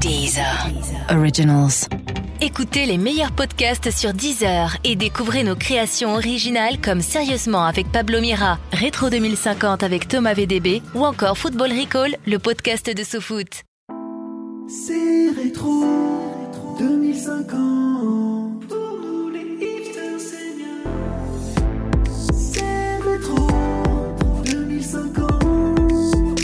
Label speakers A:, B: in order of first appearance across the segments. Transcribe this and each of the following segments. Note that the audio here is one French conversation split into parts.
A: Deezer. Originals. Écoutez les meilleurs podcasts sur Deezer et découvrez nos créations originales comme Sérieusement avec Pablo Mira, Rétro 2050 avec Thomas VDB ou encore Football Recall, le podcast de SoFoot.
B: C'est rétro, 2050. Pour nous les hipsters, c'est bien. C'est rétro, 2050.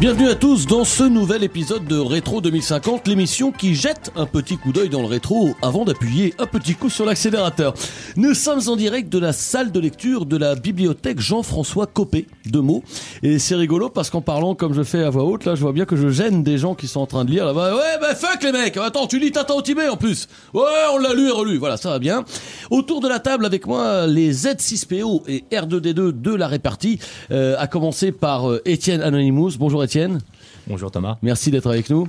C: Bienvenue à tous dans ce nouvel épisode de Rétro 2050, l'émission qui jette un petit coup d'œil dans le rétro avant d'appuyer un petit coup sur l'accélérateur. Nous sommes en direct de la salle de lecture de la bibliothèque Jean-François Copé, deux mots. Et c'est rigolo parce qu'en parlant comme je fais à voix haute, là je vois bien que je gêne des gens qui sont en train de lire là-bas. Ouais, bah fuck les mecs Attends, tu lis Tintin au Tibet en plus Ouais, on l'a lu et relu, voilà, ça va bien. Autour de la table avec moi, les Z6PO et R2D2 de la répartie, euh, à commencer par euh, Étienne Anonymous. Bonjour Étienne.
D: Bonjour Thomas.
C: Merci d'être avec nous.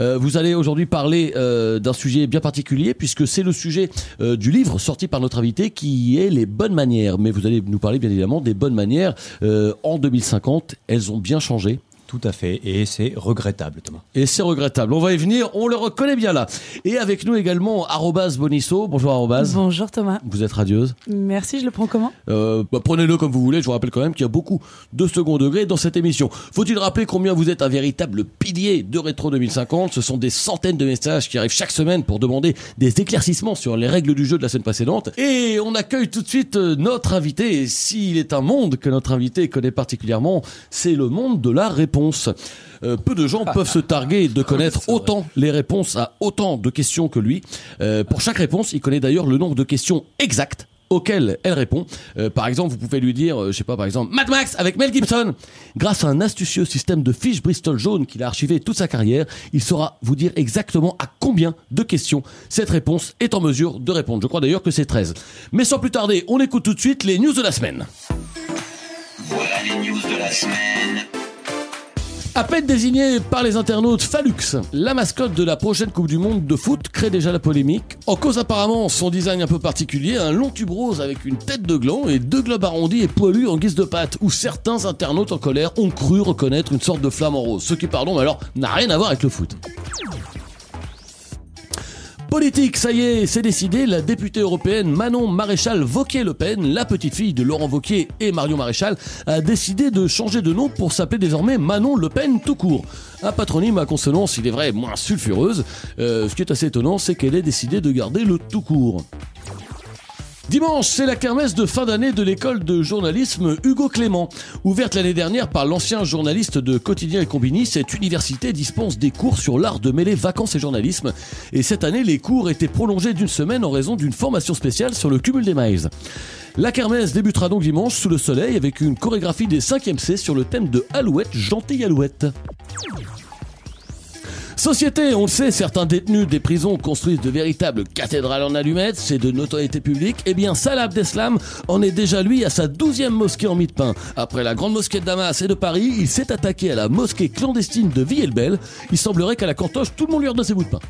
C: Euh, vous allez aujourd'hui parler euh, d'un sujet bien particulier puisque c'est le sujet euh, du livre sorti par notre invité qui est les bonnes manières. Mais vous allez nous parler bien évidemment des bonnes manières euh, en 2050. Elles ont bien changé.
D: Tout à fait, et c'est regrettable Thomas.
C: Et c'est regrettable. On va y venir, on le reconnaît bien là. Et avec nous également, arrobase Bonisso. Bonjour arrobase.
E: Bonjour Thomas.
C: Vous êtes radieuse.
E: Merci, je le prends comment
C: Euh, bah, Prenez-le comme vous voulez, je vous rappelle quand même qu'il y a beaucoup de second degré dans cette émission. Faut-il rappeler combien vous êtes un véritable pilier de Rétro 2050 Ce sont des centaines de messages qui arrivent chaque semaine pour demander des éclaircissements sur les règles du jeu de la semaine précédente. Et on accueille tout de suite euh, notre invité. Et s'il est un monde que notre invité connaît particulièrement, c'est le monde de la réponse. Euh, peu de gens peuvent se targuer de connaître autant les réponses à autant de questions que lui. Euh, pour chaque réponse, il connaît d'ailleurs le nombre de questions exactes auxquelles elle répond. Euh, par exemple, vous pouvez lui dire, euh, je sais pas, par exemple, Mad Max avec Mel Gibson. Grâce à un astucieux système de fiches Bristol jaune qu'il a archivé toute sa carrière, il saura vous dire exactement à combien de questions cette réponse est en mesure de répondre. Je crois d'ailleurs que c'est 13. Mais sans plus tarder, on écoute tout de suite les news de la semaine.
F: Voilà les news de la semaine.
C: À peine désigné par les internautes, Falux, la mascotte de la prochaine Coupe du Monde de foot, crée déjà la polémique. En cause apparemment son design un peu particulier, un long tube rose avec une tête de gland et deux globes arrondis et poilus en guise de pâte, où certains internautes en colère ont cru reconnaître une sorte de flamme en rose, ce qui, pardon, mais alors, n'a rien à voir avec le foot. Politique, ça y est, c'est décidé. La députée européenne Manon Maréchal Vauquier-Le Pen, la petite fille de Laurent Vauquier et Marion Maréchal, a décidé de changer de nom pour s'appeler désormais Manon Le Pen tout court. Un patronyme à consonance, il est vrai, moins sulfureuse. Euh, ce qui est assez étonnant, c'est qu'elle ait décidé de garder le tout court. Dimanche, c'est la kermesse de fin d'année de l'école de journalisme Hugo Clément. Ouverte l'année dernière par l'ancien journaliste de Quotidien et Combini, cette université dispense des cours sur l'art de mêler vacances et journalisme. Et cette année, les cours étaient prolongés d'une semaine en raison d'une formation spéciale sur le cumul des miles. La kermesse débutera donc dimanche sous le soleil avec une chorégraphie des 5e C sur le thème de Alouette, gentille Alouette. Société, on le sait, certains détenus des prisons construisent de véritables cathédrales en allumettes, c'est de notoriété publique. Eh bien, Salah Abdeslam en est déjà lui à sa douzième mosquée en mi-de-pain. Après la grande mosquée de Damas et de Paris, il s'est attaqué à la mosquée clandestine de Villebel. Il semblerait qu'à la cantoche, tout le monde lui redonne ses bouts de pain.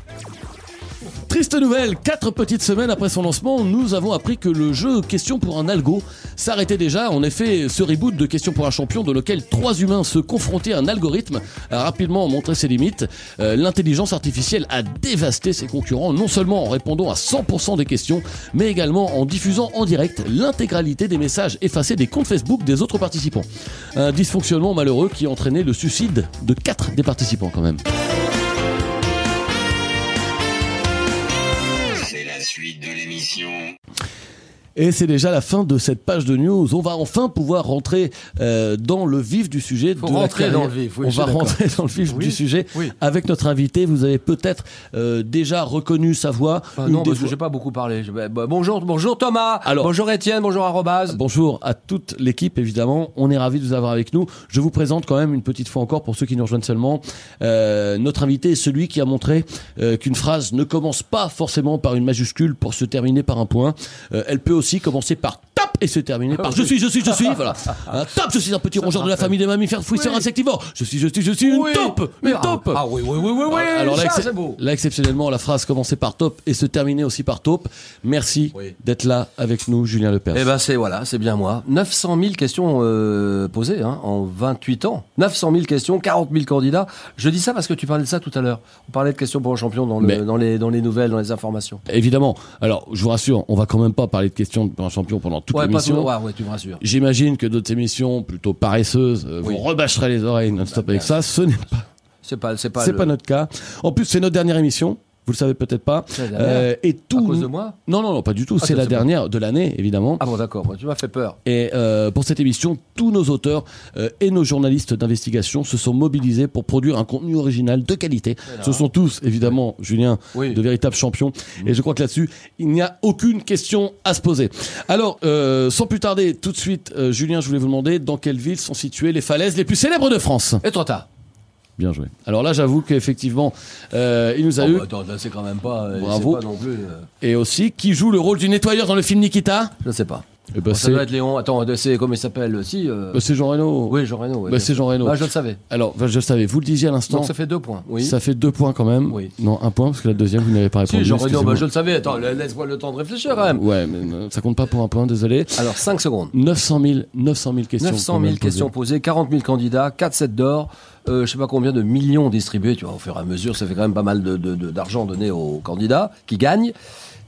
C: Triste nouvelle, quatre petites semaines après son lancement, nous avons appris que le jeu Question pour un algo s'arrêtait déjà. En effet, ce reboot de Question pour un champion dans lequel trois humains se confrontaient à un algorithme a rapidement montré ses limites. Euh, L'intelligence artificielle a dévasté ses concurrents, non seulement en répondant à 100% des questions, mais également en diffusant en direct l'intégralité des messages effacés des comptes Facebook des autres participants. Un dysfonctionnement malheureux qui a entraîné le suicide de quatre des participants quand même.
F: C'est la suite de l'émission.
C: Et c'est déjà la fin de cette page de news. On va enfin pouvoir rentrer euh, dans le vif du sujet.
G: Faut
C: de la
G: rentrer
C: carrière.
G: dans le vif, oui,
C: On
G: je suis
C: va
G: d'accord.
C: rentrer dans le vif
G: Oui,
C: du sujet
G: oui.
C: avec notre invité. Vous avez peut-être euh, déjà reconnu sa voix.
G: Ah
C: Une
G: non,
C: des
G: parce que
C: voix-
G: j'ai pas beaucoup parlé. Je- bah, bah, bonjour, bonjour Thomas.
C: Alors-
G: bonjour Étienne, bonjour Arrobase.
C: Bonjour à toute l'équipe, évidemment. On est ravis de vous avoir avec nous. Je vous présente quand même une petite fois encore, pour ceux qui nous rejoignent seulement, euh, notre invité est celui qui a montré euh, qu'une phrase ne commence pas forcément par une majuscule pour se terminer par un point. Euh, elle peut aussi commencer par top et se terminer par je suis, je suis, je suis. Voilà. Un top, je suis un petit rongeur de la famille des mammifères fruiteurs
G: Oui.
C: insectivores. Je suis, je suis, je suis une
G: Oui.
C: taupe,
G: Mais
C: une
G: ah,
C: taupe.
G: Ah oui, oui, oui, oui, oui.
C: Alors là,
G: ça,
C: excep-
G: c'est beau.
C: là, exceptionnellement, la phrase commençait par taupe et se terminait aussi par taupe. Merci
G: Oui.
C: d'être là avec nous, Julien Lepers.
G: Eh ben c'est voilà, c'est bien moi. 900 000 questions euh, posées hein, en 28 ans. 900 000 questions, 40 000 candidats. Je dis ça parce que tu parlais de ça tout à l'heure. On parlait de questions pour un champion dans, le-
C: Mais-
G: dans les, dans les nouvelles, dans les informations.
C: Évidemment. Alors, je vous rassure, on va quand même pas parler de questions de un champion pendant toute
G: ouais, pas tout,
C: l'émission.
G: ouais, ouais, tu me rassures.
C: J'imagine que d'autres émissions plutôt paresseuses euh,
G: Oui.
C: vous rebâcherez les oreilles non-stop
G: Bah,
C: avec
G: bien
C: ça. Ce n'est pas,
G: C'est pas, c'est pas.
C: c'est
G: le-
C: pas notre cas. En plus, c'est notre dernière émission. Vous le savez peut-être pas. Euh,
G: C'est la dernière.
C: et tout.
G: à cause de moi.
C: Non, non, non, pas du tout.
G: Ah,
C: c'est
G: c'est-
C: la
G: c'est
C: dernière de l'année, évidemment.
G: Ah bon, d'accord. moi, Tu m'as fait peur.
C: Et euh, pour cette émission, tous nos auteurs euh, et nos journalistes d'investigation se sont mobilisés pour produire un contenu original de qualité. Ce sont tous, évidemment, Julien,
G: Oui.
C: de véritables champions. Et je crois que là-dessus, il n'y a aucune question à se poser. Alors, euh, sans plus tarder, tout de suite, euh, Julien, je voulais vous demander dans quelle ville sont situées les falaises les plus célèbres de France
G: Et trop tard.
C: Bien joué. Alors là, j'avoue qu'effectivement, euh, il nous a
G: Oh,
C: eu.
G: bah, attends, là, c'est quand même pas. euh,
C: Bravo.
G: c'est pas non plus. euh,
C: Et aussi, qui joue le rôle du nettoyeur dans le film Nikita
G: je ne sais pas.
C: Eh ben,
G: Bon, ça
C: C'est
G: doit être Léon. Attends, euh, c'est comment il s'appelle aussi euh,
C: bah, c'est Jean Reno.
G: Oui, Jean Reno. ouais.
C: Bah, c'est Jean Reno.
G: Bah, je le savais.
C: Alors, bah, je le savais, vous le disiez à l'instant.
G: Donc ça fait deux points. Oui.
C: Ça fait deux points quand même.
G: Oui.
C: Non, un point, parce que la deuxième, vous n'avez pas répondu.
G: Si, Jean Reno,
C: excusez-moi.
G: bah,
C: Ah,
G: je le savais. Attends, la- laisse-moi le temps de réfléchir quand même.
C: Ouais, mais non, ça compte pas pour un point, désolé.
G: Alors, 5 secondes.
C: 900 000, 900 000 questions.
G: 900
C: quand
G: 000
C: même posées.
G: questions posées, 40 000 candidats, 4 sets d'or, euh, je sais pas combien de millions distribués, tu vois, au fur et à mesure, ça fait quand même pas mal de- de- de- d'argent donné aux candidats qui gagnent,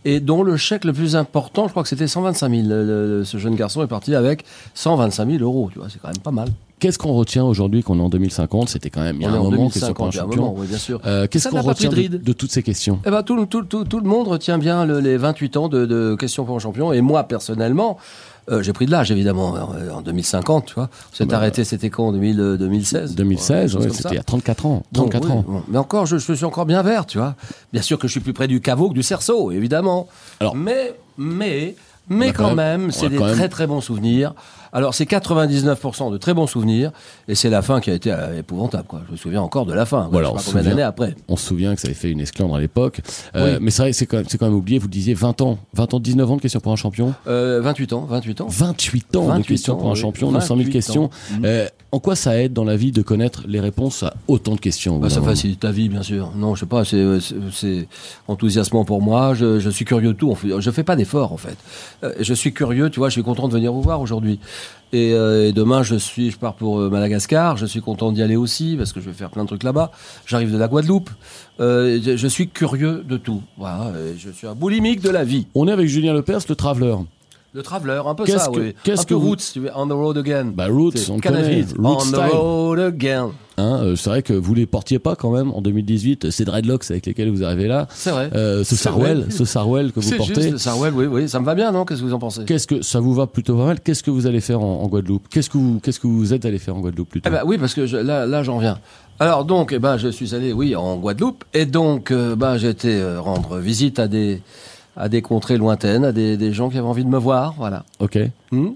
G: et dont le chèque le plus important, je crois que c'était 125 000. Le- le- ce jeune garçon est parti avec 125 000 euros, tu vois, c'est quand même pas mal.
C: Qu'est-ce qu'on retient aujourd'hui qu'on est en 2050 C'était quand même il y a
G: On est
C: un
G: en
C: moment que ce
G: 2050,
C: pas un
G: il y a un
C: champion.
G: moment, oui, bien sûr.
C: Euh, Qu'est-ce
G: Ça
C: qu'on
G: n'a pas pris
C: retient
G: de
C: de,
G: ride.
C: de toutes ces questions
G: Eh ben, tout, le- tout, le- tout- tout le monde retient bien le- les 28 ans de, de questions pour un champion. Et moi, personnellement, euh, j'ai pris de l'âge, évidemment, en, en 2050, tu vois. On
C: Bah,
G: s'est arrêté, c'était quand en 2000, euh, 2016
C: 2016,
G: quelque chose
C: ouais,
G: comme ça.
C: c'était il y a 34 ans.
G: Bon,
C: 34
G: oui,
C: ans.
G: bon. Mais encore, je, je suis encore bien vert, tu vois. Bien sûr que je suis plus près du caveau que du cerceau, évidemment.
C: Alors-
G: mais, mais, mais
C: quand
G: quand,
C: même-
G: même,
C: on a
G: c'est des
C: quand même-
G: très très bons souvenirs. Alors, c'est 99% de très bons souvenirs, et c'est la fin qui a été euh, épouvantable, quoi. Je me souviens encore de la fin.
C: Voilà,
G: je
C: on
G: sais
C: se
G: pas combien
C: souvient.
G: d'années après.
C: On se souvient que ça avait fait une esclandre à l'époque. Euh,
G: Oui.
C: Mais c'est vrai, c'est quand, même- c'est quand même oublié, vous le disiez, 20 ans. 20 ans, 19 ans de questions pour un champion.
G: Euh, 28 ans, 28 ans.
C: 28 ans de
G: 28
C: questions
G: ans,
C: pour un
G: oui.
C: champion, 900 000
G: 28
C: questions.
G: ans.
C: Euh, en quoi ça aide dans la vie de connaître les réponses à autant de questions au bout
G: Bah, ça
C: d'un moment
G: facilite ta vie, bien sûr. Non, je sais pas, c'est, euh, c'est- c'est enthousiasmant pour moi. Je, je suis curieux de tout. Je fais pas d'efforts, en fait. Euh, Je suis curieux, tu vois, je suis content de venir vous voir aujourd'hui. Et, euh, et demain, je suis, je pars pour euh, Madagascar. Je suis content d'y aller aussi parce que je vais faire plein de trucs là-bas. J'arrive de la Guadeloupe. Euh, je, je suis curieux de tout. Voilà, euh, je suis un boulimique de la vie.
C: On est avec Julien Lepers, le traveler.
G: Le traveler, un peu
C: Qu'est-ce
G: ça,
C: que-
G: oui.
C: qu'est-ce
G: un
C: que
G: peu
C: vous-
G: roots, tu vois, on the road again.
C: Bah, Roots,
G: C'est
C: on le
G: Canavis,
C: connaît, Roots
G: on
C: style.
G: the road again.
C: Hein, euh, c'est vrai que vous les portiez pas quand même en 2018, ces dreadlocks avec lesquels vous arrivez là.
G: C'est vrai.
C: Euh, ce
G: C'est
C: Sarwell,
G: vrai.
C: ce Sarwell que vous
G: C'est
C: portez.
G: juste ça, ouais, oui, oui, ça me va bien, non Qu'est-ce que vous en pensez
C: Qu'est-ce que ça vous va plutôt pas mal Qu'est-ce que vous allez faire en, en Guadeloupe Qu'est-ce que vous qu'est-ce que vous êtes allé faire en Guadeloupe plutôt
G: Eh ben oui, parce que je- là, là, j'en viens. Alors donc, eh ben, je suis allé, oui, en Guadeloupe, et donc, euh, ben, j'étais euh, rendre visite à des à des contrées lointaines, à des, des gens qui avaient envie de me voir, voilà.
C: Ok.
G: Hmm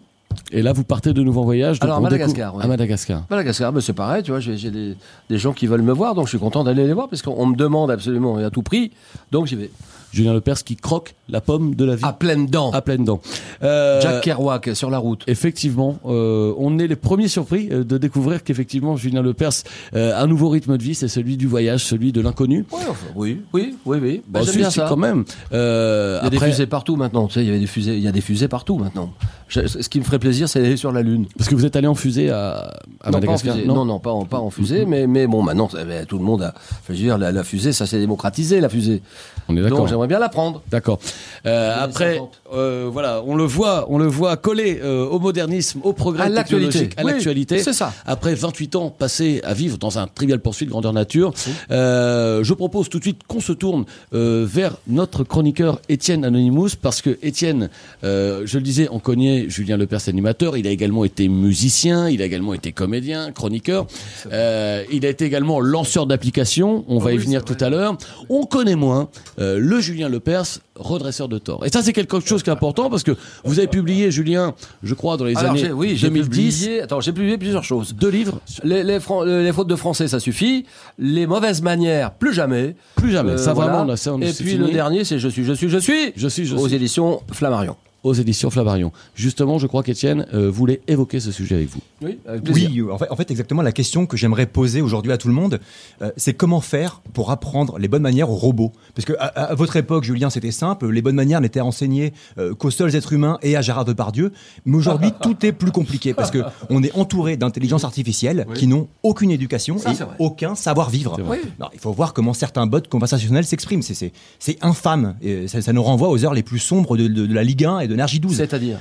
C: Et là vous partez de nouveau en voyage. donc
G: Alors, à
C: on découvre-
G: Madagascar, ouais.
C: À Madagascar.
G: Madagascar, mais c'est pareil, tu vois, j'ai j'ai des, des gens qui veulent me voir, donc je suis content d'aller les voir, parce qu'on me demande absolument et à tout prix, donc j'y vais.
C: Julien Lepers qui croque la pomme de la vie
G: À pleines dents.
C: à pleines dents. Euh,
G: Jack Kerouac sur la route.
C: Effectivement, euh, on est les premiers surpris euh, de découvrir qu'effectivement Julien Lepers euh, a un nouveau rythme de vie, c'est celui du voyage, celui de l'inconnu.
G: Ouais, enfin, oui, oui, oui, oui.
C: Bah,
G: Ben, j'aime
C: si,
G: bien
C: si,
G: ça.
C: quand même. Euh,
G: Il y a
C: après,
G: des fusées partout maintenant. Tu sais, il y avait des fusées. Il y a des fusées partout maintenant. Je- ce qui me ferait plaisir, c'est d'aller sur la Lune.
C: parce que vous êtes allé en fusée à, à
G: non, pas en
C: Madagascar.
G: fusée. non, non, pas en, pas en fusée, mais, mais bon, maintenant, ça, ben, tout le monde a. enfin, je veux dire, la, la fusée, ça s'est démocratisé, la fusée.
C: on est
G: Donc,
C: d'accord.
G: j'aimerais bien la prendre.
C: D'accord. Euh,
G: Années
C: après,
G: 50.
C: euh, voilà, on le voit, on le voit collé euh, au modernisme, au progrès
G: À l'actualité.
C: technologique, à
G: Oui,
C: l'actualité.
G: c'est ça.
C: Après 28 ans passés à vivre dans un trivial poursuite grandeur nature, euh, je propose tout de suite qu'on se tourne euh, vers notre chroniqueur Étienne Anonymous parce que Étienne, euh, je le disais, on connaît Julien Lepers animateur. Il a également été musicien, il a également été comédien, chroniqueur. Euh, il a été également lanceur d'applications.
G: Oh
C: On va y venir tout à l'heure. On connaît moins euh, le Julien Lepers redresseur de tort. Et ça, c'est quelque chose qui est important parce que vous avez publié Julien, je crois, dans les
G: Alors,
C: années
G: j'ai- oui, j'ai
C: 2010,
G: publié. Attends, j'ai publié plusieurs choses.
C: deux livres.
G: Les, les, fran- euh, les fautes de français, ça suffit. Les mauvaises manières, plus jamais.
C: Plus jamais.
G: Euh,
C: Ah, ça
G: voilà.
C: vraiment, là, ça, on
G: Et
C: c'est
G: puis
C: fini.
G: le dernier, c'est Je suis, je suis, je suis.
C: Je suis, je
G: aux
C: suis.
G: éditions Flammarion.
C: aux éditions Flammarion. Justement, je crois qu'Étienne euh, voulait évoquer ce sujet avec vous.
G: Oui, avec plaisir.
D: Oui, euh, en fait, en fait, exactement la question que j'aimerais poser aujourd'hui à tout le monde, euh, c'est comment faire pour apprendre les bonnes manières aux robots Parce que à, à votre époque, Julien, c'était simple, les bonnes manières n'étaient enseignées euh, qu'aux seuls êtres humains et à Gérard Depardieu. Mais aujourd'hui, tout est plus compliqué parce que on est entouré d'intelligences artificielles qui n'ont aucune éducation
G: Ça,
D: et
G: c'est vrai.
D: aucun savoir-vivre.
C: C'est vrai.
D: Non, il faut voir comment certains bots conversationnels s'expriment. C'est- C'est c'est infâme. Et ça, ça nous renvoie aux heures les plus sombres de, de- de la Ligue 1 et de Nargi 12
G: C'est-à-dire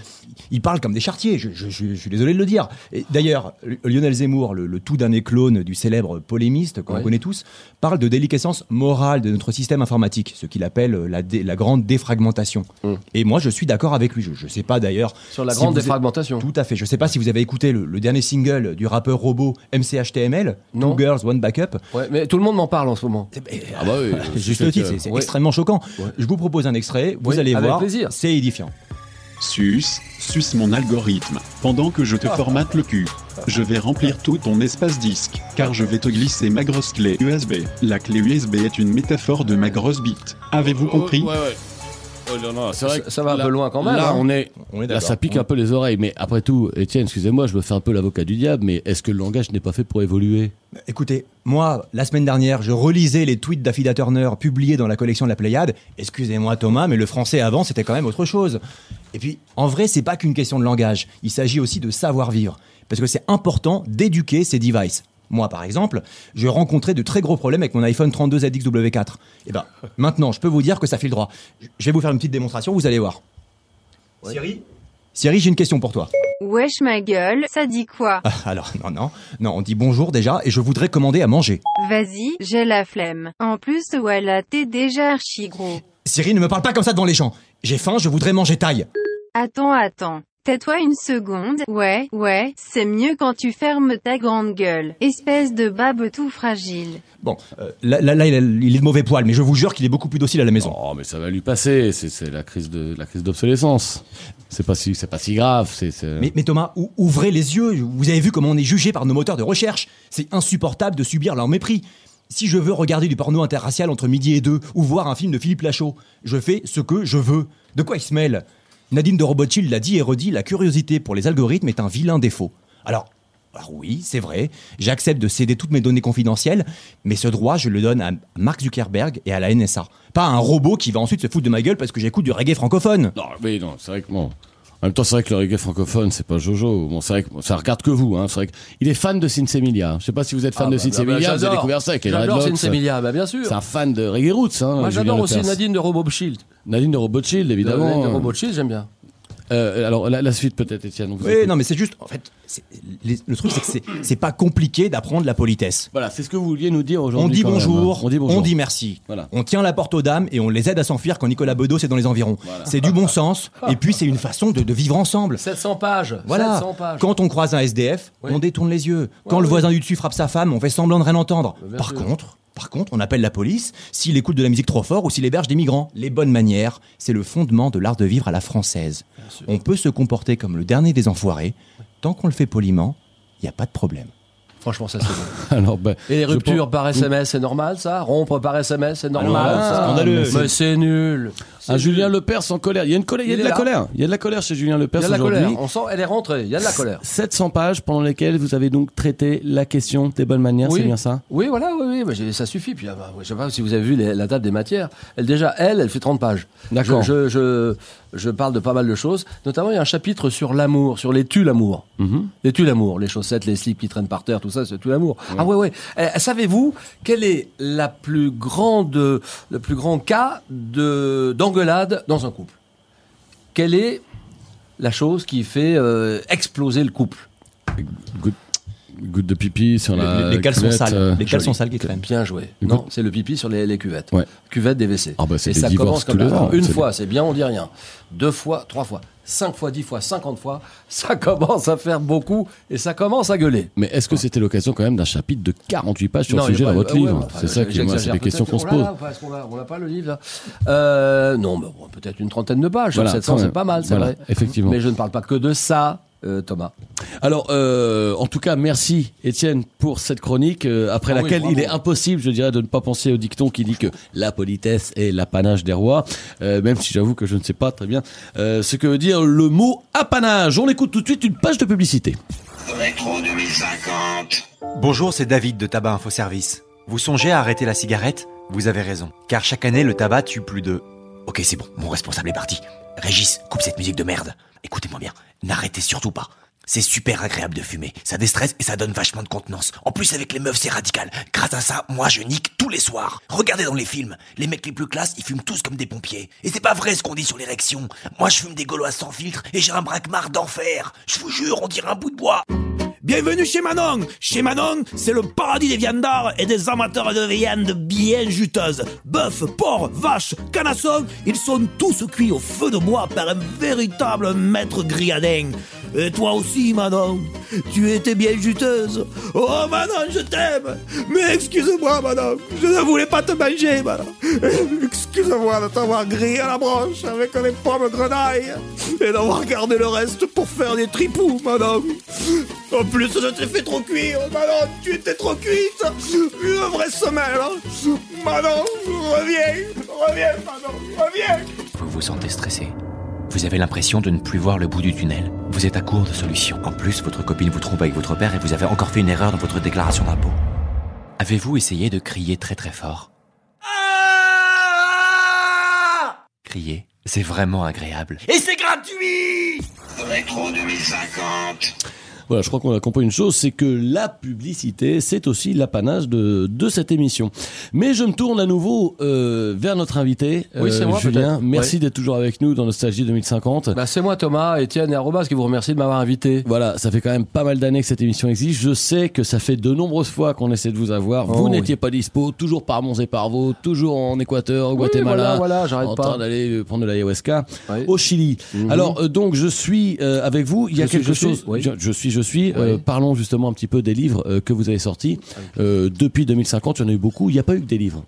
D: ils parlent comme des chartiers, je, je- je- je suis désolé de le dire. Et D'ailleurs, L- Lionel Zemmour, le, le tout dernier clone du célèbre polémiste qu'on
G: Ouais.
D: connaît tous, parle de déliquescence morale de notre système informatique, ce qu'il appelle euh, la, dé- la grande défragmentation. Et moi, je suis d'accord avec lui. Je ne sais pas d'ailleurs.
G: Mm. Sur la
D: si
G: grande
D: vous-
G: défragmentation.
D: Tout à fait. Je ne sais pas si vous avez écouté le, le dernier single du rappeur robot MCHTML,
G: Non.
D: Two Girls, One Backup.
G: Ouais, mais tout le monde m'en parle en ce moment.
C: Ah bah oui,
D: C'est Juste le titre, c'est c'est
G: ouais.
D: extrêmement choquant. Je vous propose un extrait, vous
G: Oui,
D: allez
G: avec
D: voir,
G: plaisir.
D: c'est édifiant.
E: Suce, suce mon algorithme, pendant que je te formate le cul. Je vais remplir tout ton espace disque, car je vais te glisser ma grosse clé USB. La clé USB est une métaphore de ma grosse bite.
D: Euh,
E: Avez-vous compris
C: Ouais, ouais. Oh, non, non, c'est vrai que
G: Ça, ça va un peu loin quand même.
C: Là,
G: hein.
C: on est,
D: On est
C: là, ça
D: d'accord.
C: pique un peu les oreilles. Mais après tout, Étienne, excusez-moi, je me fais un peu l'avocat du diable, mais est-ce que le langage n'est pas fait pour évoluer
D: Écoutez, moi, la semaine dernière, je relisais les tweets d'Affida Turner publiés dans la collection de la Pléiade. Excusez-moi Thomas, mais le français avant, c'était quand même autre chose. Et puis, en vrai, c'est pas qu'une question de langage. Il s'agit aussi de savoir-vivre. Parce que c'est important d'éduquer ces devices. Moi, par exemple, je rencontrais de très gros problèmes avec mon iPhone 32 ZXW4. Et ben, maintenant, je peux vous dire que ça file droit. Je- Je vais vous faire une petite démonstration, vous allez voir. Siri Siri, j'ai une question pour toi.
H: Wesh ma gueule, ça dit quoi
D: Ah, alors, non, non. Non, on dit bonjour déjà, et je voudrais commander à manger.
H: Vas-y, j'ai la flemme. En plus, voilà, t'es déjà archi gros.
D: Cyril, ne me parle pas comme ça devant les gens. J'ai faim, je voudrais manger taille.
H: Attends, attends. Tais-toi une seconde. Ouais, ouais, c'est mieux quand tu fermes ta grande gueule. Espèce de babe tout fragile.
D: Bon, euh, là, là, là, il est- il est de mauvais poil, mais je vous jure qu'il est beaucoup plus docile à la maison.
C: Oh, mais ça va lui passer. C'est c'est la crise de la crise d'obsolescence. C'est pas si, c'est pas si grave. C'est c'est-
D: Mais, mais Thomas, ou- ouvrez les yeux. Vous avez vu comment on est jugé par nos moteurs de recherche. C'est insupportable de subir leur mépris. Si je veux regarder du porno interracial entre midi et deux, ou voir un film de Philippe Lachaud, je fais ce que je veux. De quoi il se mêle Nadine de Robotchild l'a dit et redit, la curiosité pour les algorithmes est un vilain défaut. Alors, alors oui, c'est vrai, j'accepte de céder toutes mes données confidentielles, mais ce droit, je le donne à Mark Zuckerberg et à la NSA. Pas à un robot qui va ensuite se foutre de ma gueule parce que j'écoute du reggae francophone.
C: Non, mais non, c'est vrai que bon. En même temps, c'est vrai que le reggae francophone, c'est pas Jojo. Bon, c'est vrai que bon, ça regarde que vous. Hein. C'est vrai que il est fan de Sin Semilia. hein. Je sais pas si vous êtes fan
G: Ah,
C: de
G: bah,
C: Sin
G: bah,
C: Semilia.
G: bah,
C: vous avez
G: j'adore.
C: découvert ça avec les
G: J'adore
C: Redlocks.
G: Cine Semilia, bah, bien sûr.
C: C'est un fan de reggae roots. Hein, Julien
G: Moi, j'adore aussi
C: Lepers.
G: Nadine de Robot Shield. Euh,
C: Nadine de Robot Shield, évidemment.
G: Nadine de Robot Shield, j'aime bien.
C: Euh, alors la, la suite peut-être, Étienne. on vous
D: Oui,
C: écoute.
D: non, mais c'est juste, en fait, c'est- les- le truc, c'est que c'est- c'est pas compliqué d'apprendre la politesse.
C: Voilà, c'est ce que vous vouliez nous dire aujourd'hui.
D: On dit,
C: quand même, hein.
D: bonjour,
C: on dit bonjour,
D: merci.
C: Voilà.
D: On tient la porte aux dames et on les aide à s'enfuir quand Nicolas Bedos est dans les environs. C'est du bon sens et puis c'est une façon de, de vivre ensemble.
G: 700 pages.
D: Voilà.
G: 700 pages.
D: Quand on croise un SDF,
G: Oui.
D: on détourne les yeux. Quand
G: Ouais,
D: le
G: oui.
D: voisin du dessus frappe sa femme, on fait semblant de rien entendre.
G: Bah, bien
D: Par
G: sûr.
D: contre, par contre, on appelle la police s'il écoute de la musique trop fort ou s'il héberge des migrants. Les bonnes manières, c'est le fondement de l'art de vivre à la française. On peut se comporter comme le dernier des enfoirés. Tant qu'on le fait poliment, il n'y a pas de problème.
G: Franchement, ça c'est bon.
C: Alors, ben,
G: Et les
C: je
G: ruptures
C: pense-
G: par SMS, c'est normal ça Rompre par SMS, c'est normal
D: Ah,
G: ça
D: scandaleux.
G: Mais c'est nul. C'est
C: Un
G: nul.
C: Ah, Julien Lepers en colère. Il y a une colère, il y a
G: Il
C: de
G: est
C: la
G: là.
C: colère. Il y a de la colère chez Julien
G: Il y a
C: Lepers
G: de la colère.
C: aujourd'hui.
G: On sent, elle est rentrée. Il y a de la colère.
C: 700 pages pendant lesquelles vous avez donc traité la question des bonnes manières,
G: Oui.
C: c'est bien ça
G: Oui, voilà, oui, oui, mais j'ai- ça suffit. Puis, ah bah, je sais pas si vous avez vu les- la table des matières. Elle, déjà, elle, elle fait 30 pages.
C: D'accord.
G: Je, je, je, je parle de pas mal de choses. Notamment, il y a un chapitre sur l'amour, sur les tu l'amour. Les tu l'amour, les chaussettes, les slips qui traînent par terre, tout ça, c'est tu l'amour. Ah ouais, ouais. Eh, Savez-vous quel est la plus grande, le plus grand cas de d'engueulade dans un couple Quelle est la chose qui fait euh, exploser le couple
C: Goutte de pipi sur
D: Les-
C: la.
D: les, les caleçons
C: cuvette,
D: sales,
C: euh,
D: les caleçons sales qui traînent.
G: Bien joué.
C: Une
G: Non,
C: goutte-
G: c'est le pipi sur les, les cuvettes.
C: Ouais.
G: Cuvette des WC.
C: Ah bah, c'est
G: Et
C: des
G: ça
C: divorces
G: commence comme
C: tous les
G: ça.
C: ans, hein,
G: Une
C: c'est
G: fois, c'est bien, on dit rien. Deux fois, trois fois, cinq fois, dix fois, cinquante fois, ça commence à faire beaucoup et ça commence à gueuler.
C: Mais est-ce que c'était l'occasion quand même d'un chapitre de 48 pages sur
G: Non,
C: le
G: il y
C: sujet dans
G: a pas- ah
C: votre
G: ouais,
C: livre
G: ouais, enfin,
C: C'est ça qui,
G: j'exagère
C: moi, c'est des
G: peut-être.
C: questions qu'on se
G: Oh
C: pose.
G: là là, parce qu'on a- on n'a pas le livre là. Euh, non, mais bon, peut-être une trentaine de pages.
C: Voilà,
G: sur 700,
C: quand
G: c'est
C: même.
G: pas mal, c'est
C: Voilà,
G: vrai.
C: effectivement.
G: Mais je ne parle pas que de ça. euh, Thomas.
C: Alors, euh, en tout cas, merci Étienne pour cette chronique euh, après
G: Ah oui,
C: laquelle il
G: bravo.
C: est impossible, je dirais, de ne pas penser au dicton qui dit que la politesse est l'apanage des rois, euh, même si j'avoue que je ne sais pas très bien euh, ce que veut dire le mot apanage. On écoute tout de suite une page de publicité.
F: Rétro 2050.
I: Bonjour, c'est David de Tabac Info Service. Vous songez à arrêter la cigarette Vous avez raison. Car chaque année, le tabac tue plus de... Ok, c'est bon, mon responsable est parti. Régis, coupe cette musique de merde. Écoutez-moi bien, n'arrêtez surtout pas. C'est super agréable de fumer, ça déstresse et ça donne vachement de contenance. En plus, avec les meufs, c'est radical. Grâce à ça, moi, je nique tous les soirs. Regardez dans les films, les mecs les plus classes, ils fument tous comme des pompiers. Et c'est pas vrai ce qu'on dit sur l'érection. Moi, je fume des gaulois sans filtre et j'ai un braquemar d'enfer. Je vous jure, on dirait un bout de bois.
J: Bienvenue chez Manon Chez Manon, c'est le paradis des viandards et des amateurs de viande bien juteuses. Bœuf, porc, vache, canasson, ils sont tous cuits au feu de bois par un véritable maître grilladin. Et toi aussi, Manon, tu étais bien juteuse. Oh, Manon, je t'aime Mais excuse-moi, Manon, je ne voulais pas te manger, Manon. Excuse-moi de t'avoir grillé à la broche avec les pommes grenailles et d'avoir gardé le reste pour faire des tripous, Manon. En plus, je t'ai fait trop cuire, Manon, tu étais trop cuite Une vraie semelle hein. Manon, reviens Reviens, Manon, reviens
I: Vous vous sentez stressé. Vous avez l'impression de ne plus voir le bout du tunnel. Vous êtes à court de solutions. En plus, votre copine vous trompe avec votre père et vous avez encore fait une erreur dans votre déclaration d'impôt. Avez-vous essayé de crier très très fort Crier, c'est vraiment agréable.
J: Et c'est gratuit
F: Rétro 2050.
C: Voilà, je crois qu'on a compris une chose, c'est que la publicité, c'est aussi l'apanage de, de cette émission. Mais je me tourne à nouveau euh, vers notre invité, euh,
G: Oui, c'est moi,
C: Julien.
G: peut-être.
C: Merci d'être toujours avec nous dans Nostalgie 2050.
G: Bah, c'est moi Thomas, Étienne et Arrobas qui vous remercie de m'avoir invité.
C: Voilà, ça fait quand même pas mal d'années que cette émission existe. Je sais que ça fait de nombreuses fois qu'on essaie de vous avoir.
G: Oh,
C: vous
G: oui.
C: n'étiez pas dispo, toujours par Mons et par Vaux, toujours en Équateur, au
G: Oui,
C: Guatemala,
G: voilà, voilà, j'arrête
C: en
G: pas.
C: train d'aller euh, prendre de l'ayahuasca,
G: Ouais.
C: au Chili.
G: Mhm.
C: Alors euh, donc je suis euh, avec vous. Il y a
G: Je suis,
C: quelque
G: je suis,
C: chose.
G: oui.
C: je, je suis, je suis. Euh,
G: Oui.
C: parlons justement un petit peu des livres euh, que vous avez sortis
G: Ah
C: Euh, depuis 2050. Il y en a eu beaucoup. Il n'y a pas eu que des livres.